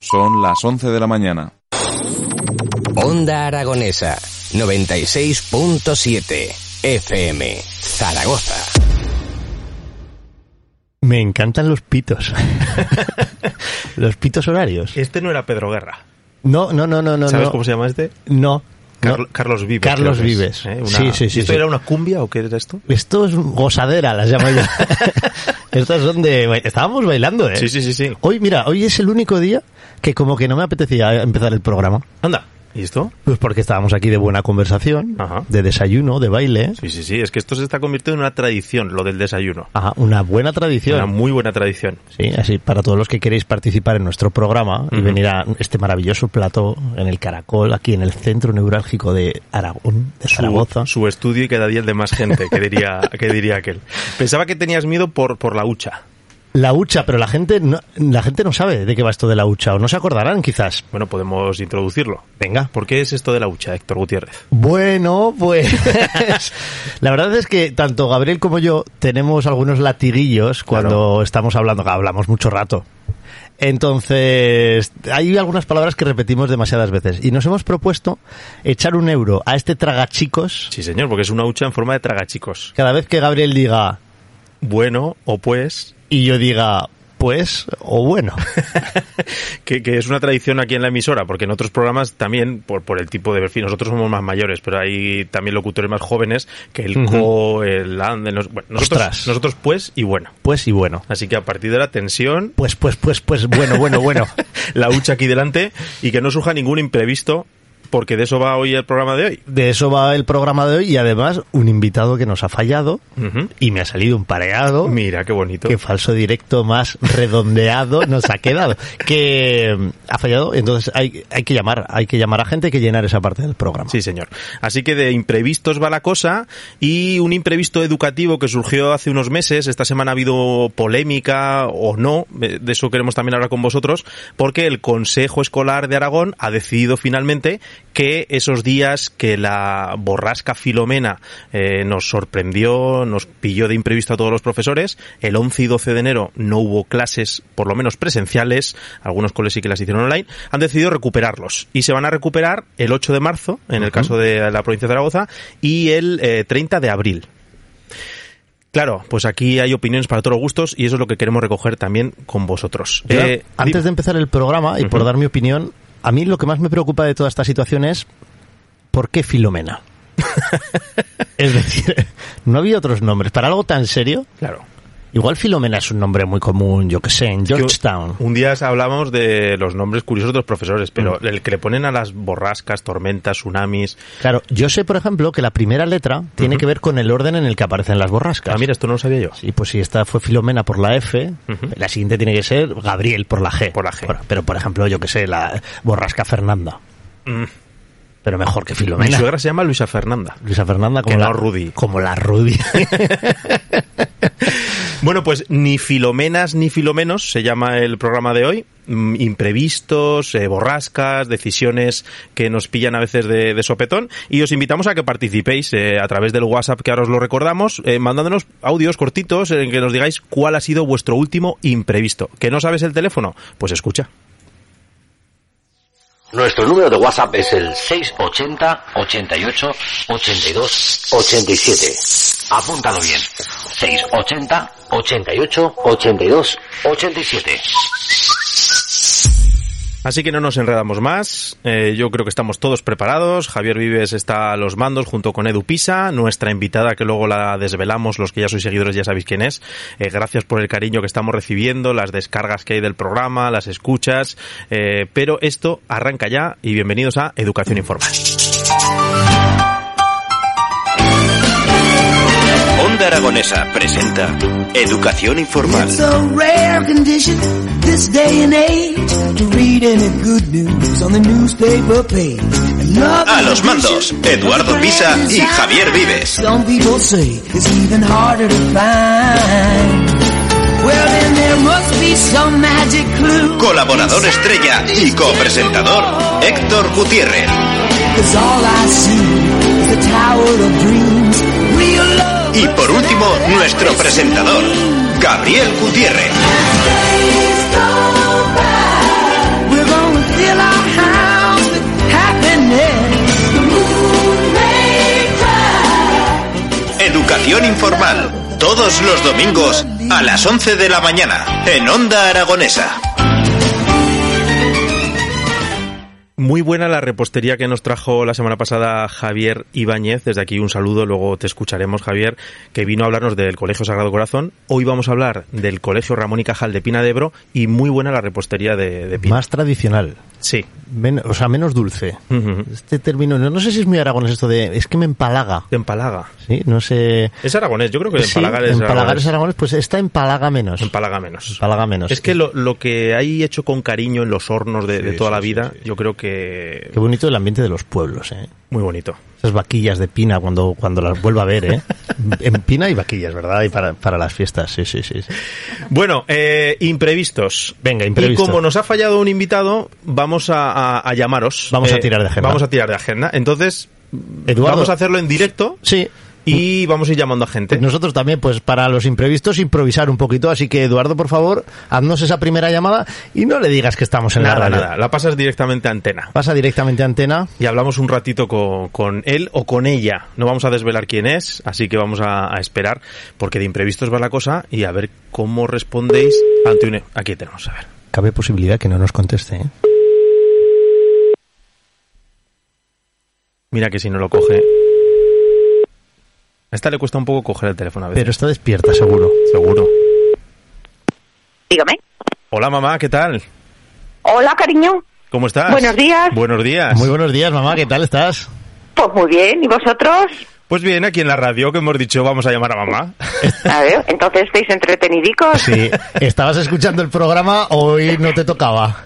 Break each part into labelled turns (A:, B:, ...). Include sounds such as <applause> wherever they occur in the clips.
A: Son las 11 de la mañana.
B: Onda Aragonesa 96.7 FM Zaragoza.
C: Me encantan los pitos. <laughs> los pitos horarios.
D: Este no era Pedro Guerra.
C: No, no, no, no, no.
D: ¿Sabes
C: no.
D: cómo se llama este?
C: No.
D: Carl-
C: no.
D: Carlos Vives.
C: Carlos
D: creo que es,
C: Vives.
D: ¿eh? Una-
C: Sí, sí, sí,
D: ¿Esto
C: sí.
D: era una cumbia o qué era esto?
C: Esto es gozadera, las llamo
D: <laughs>
C: yo. Estas son de... Estábamos bailando, ¿eh?
D: Sí, sí, sí, sí.
C: Hoy, mira, hoy es el único día que como que no me apetecía empezar el programa.
D: Anda. ¿Y esto?
C: Pues porque estábamos aquí de buena conversación,
D: Ajá.
C: de desayuno, de baile.
D: Sí, sí, sí. Es que esto se está convirtiendo en una tradición, lo del desayuno.
C: Ajá, una buena
D: Una
C: tradición.
D: muy buena tradición.
C: Sí, así para todos los que queréis participar en nuestro programa y
D: Ujú.
C: venir a este maravilloso plato en el Caracol, aquí en el centro neurálgico de Aragón, de Zaragoza.
D: Su, su estudio y cada día el de más gente,
C: <laughs>
D: que diría, que diría aquel. Pensaba que tenías miedo por, por la hucha.
C: La hucha, pero la gente no, la gente no sabe de qué va esto de la hucha o no se acordarán quizás.
D: Bueno, podemos introducirlo.
C: Venga.
D: ¿Por qué es esto de la hucha, Héctor Gutiérrez?
C: Bueno, pues <laughs> la verdad es que tanto Gabriel como yo tenemos algunos latiguillos cuando estamos hablando, que hablamos mucho rato. Entonces, hay algunas palabras que repetimos demasiadas veces y nos hemos propuesto echar un euro a este tragachicos
D: Sí, señor, porque es una hucha en forma de tragachicos.
C: cada vez que Gabriel diga
D: Bueno, o pues,
C: y yo diga pues o bueno.
D: <laughs> que, que es una tradición aquí en la emisora, porque en otros programas también, por, por el tipo de perfil, nosotros somos más mayores, pero hay también locutores más jóvenes que el co, el ande, nos- bueno, nosotros,
C: Ostras.
D: nosotros pues y bueno.
C: Pues y bueno.
D: Así que a partir de la tensión,
C: Pues, pues, pues, pues, bueno, bueno, bueno.
D: la hucha aquí delante y que no surja ningún imprevisto, porque de eso va hoy el programa de hoy.
C: De eso va el programa de hoy y además un invitado que nos ha fallado
D: Ujú.
C: y me ha salido un pareado.
D: Mira, qué bonito.
C: Qué falso directo más redondeado nos ha quedado. Que mm, ha fallado, entonces hay, hay que llamar, hay que llamar a gente, hay que llenar esa parte del programa.
D: Sí, señor. Así que de imprevistos va la cosa y un imprevisto educativo que surgió hace unos meses. Esta semana ha habido polémica o no, eh, de eso queremos también hablar con vosotros, porque el Consejo Escolar de Aragón ha decidido finalmente que esos días que la borrasca Filomena eh, nos sorprendió, nos pilló de imprevisto a todos los profesores, el 11 y 12 de enero no hubo clases, por lo menos presenciales, algunos coles sí que las hicieron online, han decidido recuperarlos y se van a recuperar el 8 de marzo, en el caso de la provincia de Zaragoza, y el eh, 30 de abril. Claro, pues aquí hay opiniones para todos los gustos y eso es lo que queremos recoger también con vosotros.
C: Yo,
D: Eh,
C: antes de
D: di-
C: empezar el programa y por
D: Ujú.
C: dar mi opinión, a mí lo que más me preocupa de toda esta situación es ¿por qué
D: <laughs>
C: Filomena? es decir, no había otros nombres. Para algo tan serio,
D: Claro.
C: igual Filomena es un nombre muy común, yo que sé, en Georgetown.
D: Un día hablábamos de los nombres curiosos de los profesores, pero el que le ponen a las borrascas, tormentas, tsunamis. ah,
C: Claro, yo sé, por ejemplo, que la primera letra tiene que ver con el orden en el que aparecen las borrascas.
D: Ah, mira, esto no lo sabía yo.
C: Sí, pues si esta fue Filomena por la F, la siguiente tiene que ser Gabriel por la G.
D: Por la G.
C: Por- pero, por ejemplo, yo que sé, la borrasca Fernanda.
D: Mm.
C: Pero mejor que
D: Mi
C: Filomena.
D: suegra se llama Luisa Fernanda.
C: Luisa Fernanda como
D: Que no
C: la
D: Rudy.
C: Como la
D: <laughs>
C: Rudy.
D: Bueno, pues ni Filomenas ni Filomenos se llama el programa de hoy. Mm, Imprevistos, eh, borrascas, decisiones que nos pillan a veces de, de sopetón. Y os invitamos a que participéis eh, a través del WhatsApp, que ahora os lo recordamos, eh, mandándonos audios cortitos en que nos digáis cuál ha sido vuestro último imprevisto. ¿Que no sabes el teléfono? Pues escucha.
E: Nuestro número de WhatsApp es el 680 88 82 87. Apúntalo bien. 680 88 82 87.
D: Así que no nos enredamos más. Eh, yo creo que estamos todos preparados. Javier Vives está a los mandos junto con Edu Pisa, nuestra invitada que luego la desvelamos. Los que ya sois seguidores ya sabéis quién es. Eh, gracias por el cariño que estamos recibiendo, las descargas que hay del programa, las escuchas. Eh, pero esto arranca ya y bienvenidos a Educación Informal.
B: Onda Aragonesa presenta Educación Informal.
F: It's a rare condition. station this day and age to read any good news on the newspaper page. And love
G: A
F: is
G: los
F: a
G: mandos,
F: vicious
G: Eduardo Pisa y
F: circle
G: Javier Vives.
F: Some people say it's even harder to find. Well, then there must be some magic clue.
G: Colaborador estrella y copresentador, Héctor Gutiérrez.
F: Cause all I see is the tower of dreams. Real love.
G: Y por último, nuestro presentador, Gabriel Gutiérrez.
F: Days go by. We're gonna fill our house with happiness. The moon may cry.
G: Educación informal, todos los domingos a las 11 de la mañana, en Onda Aragonesa.
D: Muy buena la repostería que nos trajo la semana pasada Javier Ibáñez. Desde aquí un saludo, luego te escucharemos, Javier, que vino a hablarnos del Colegio Sagrado Corazón. Hoy vamos a hablar del Colegio Ramón y Cajal de Pina de Ebro y muy buena la repostería de, de Pina.
C: Más tradicional.
D: Sí.
C: men- o sea, menos dulce.
D: Ujú.
C: Este término, no, no sé si es muy aragonés esto de, es que me empalaga.
D: De Empalaga.
C: Sí, no sé.
D: Es aragonés, yo creo que de
C: Sí,
D: Empalaga es
C: empalagar
D: aragonés.
C: es aragonés, pues esta empalaga menos.
D: Empalaga menos.
C: Empalaga menos.
D: Es que lo, lo que hay hecho con cariño en los hornos de, de
C: Sí,
D: toda
C: sí,
D: la
C: sí,
D: vida,
C: sí.
D: yo creo que
C: Qué bonito el ambiente de los pueblos, ¿eh?
D: muy bonito.
C: Esas vaquillas de pina cuando, cuando las vuelva a ver, <laughs> ¿eh? En pina y vaquillas, ¿verdad? Y para, para las fiestas, sí, sí, sí. sí.
D: Bueno, eh, imprevistos.
C: Venga, imprevistos.
D: Y como nos ha fallado un invitado, vamos a, a- a llamaros. Eh,
C: Vamos a tirar de agenda.
D: Vamos a tirar de agenda. Entonces,
C: Eduardo.
D: vamos a hacerlo en directo
C: Sí.
D: y vamos a ir llamando a gente.
C: Nosotros también, pues para los imprevistos, improvisar un poquito. Así que, Eduardo, por favor, haznos esa primera llamada y no le digas que estamos en la
D: nada,
C: radio.
D: nada. La pasas directamente a antena.
C: Pasa directamente a antena.
D: Y hablamos un ratito con, con él o con ella. No vamos a desvelar quién es, así que vamos a, a esperar, porque de imprevistos va la cosa y a ver cómo respondéis ante un... e- Aquí tenemos, a ver.
C: Cabe posibilidad que no nos conteste, ¿eh?
D: Mira que si no lo coge... A esta le cuesta un poco coger el teléfono a veces.
C: Pero está despierta, seguro.
D: Seguro.
H: Dígame.
D: Hola mamá, ¿qué tal?
H: Hola, cariño.
D: ¿Cómo estás?
H: Buenos días.
D: Buenos días.
C: Muy buenos días, mamá. ¿Qué tal estás?
H: Pues muy bien. ¿Y vosotros?
D: Pues bien, aquí en la radio que hemos dicho vamos a llamar a
C: <laughs>
D: mamá.
H: A ver, entonces estáis entretenidicos.
C: Sí. ¿Estabas escuchando el programa o hoy no te tocaba?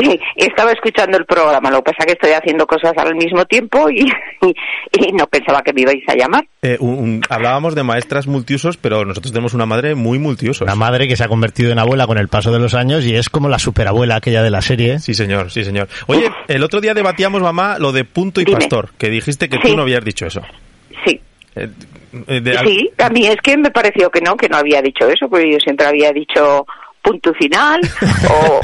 H: Y- y Estaba escuchando el programa, lo que pasa que estoy haciendo cosas al mismo tiempo y, y- y no pensaba que me ibais a llamar.
D: Eh, un- un- hablábamos de maestras multiusos, pero nosotros tenemos una madre muy multiusos.
C: Una madre que se ha convertido en abuela con el paso de los años y es como la superabuela aquella de la serie.
D: Sí, señor, sí, señor. Oye, el otro día debatíamos, mamá, lo de punto y
H: Dime.
D: pastor, que dijiste que
H: Sí.
D: tú no habías dicho eso.
H: Sí.
D: Eh, eh, de al-
H: Sí, a mí es que me pareció que no, que no había dicho eso, porque yo siempre había dicho punto final o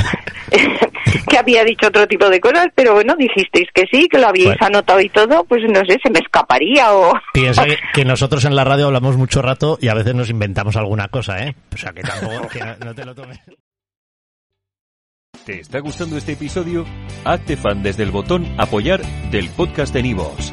H: <laughs> que había dicho otro tipo de cosas, pero bueno, dijisteis que sí, que lo habíais
C: Bueno.
H: anotado y todo, pues no sé, se me escaparía o...
C: Piensa que, que nosotros en la radio hablamos mucho rato y a veces nos inventamos alguna cosa, ¿eh? O sea, que tampoco que no- no te lo tomes.
I: ¿Te está gustando este episodio? Hazte fan desde el botón Apoyar del podcast de Nivos.